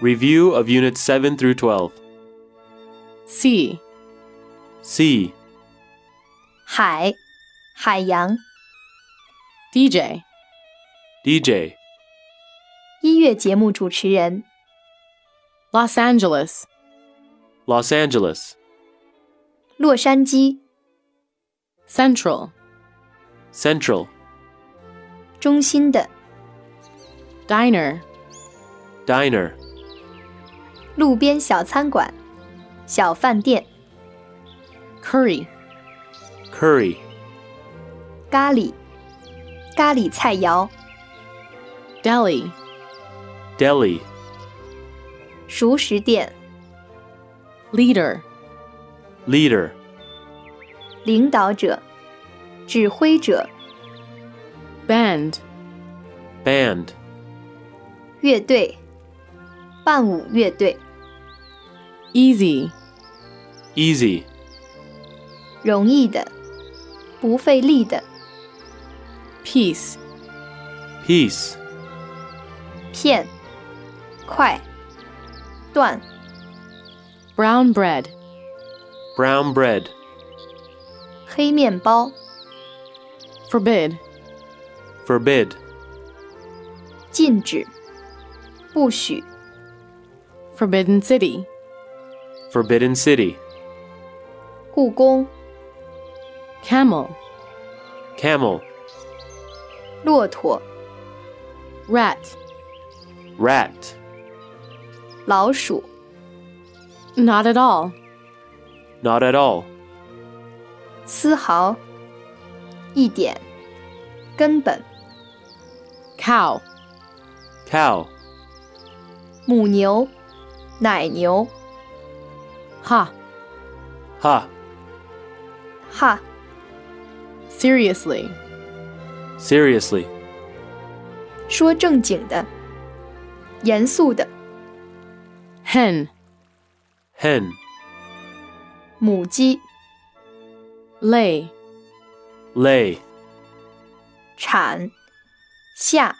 Review of Units 7 through 12. C. C. 海，海洋， DJ. DJ. 音乐节目主持人， Los Angeles. Los Angeles. 洛杉矶， Central. Central. 中心的， Diner. Diner. 路边小餐馆，小饭店， Curry. Curry. 咖喱，咖喱菜肴， Deli. Deli. 熟食店， Leader. Leader. 领导者，指挥者， Band. Band. 乐队，伴舞乐队， Easy. Easy. 容易的，不费力的， Peace. Peace. 片，快，断， Brown bread. Brown bread. 黑面包， Forbid. Forbid. 禁止，不许， Forbidden City. Forbidden city. 故宫， Camel. Camel. 骆驼， Rat. Rat. 老鼠， Not at all. Not at all. 丝毫，一点，根本， Cow. Cow. 母牛，奶牛， Ha. Ha. 哈， Seriously. Seriously. 说正经的，严肃的， Hen. Hen. 母鸡， Lay. Lay. 产，下，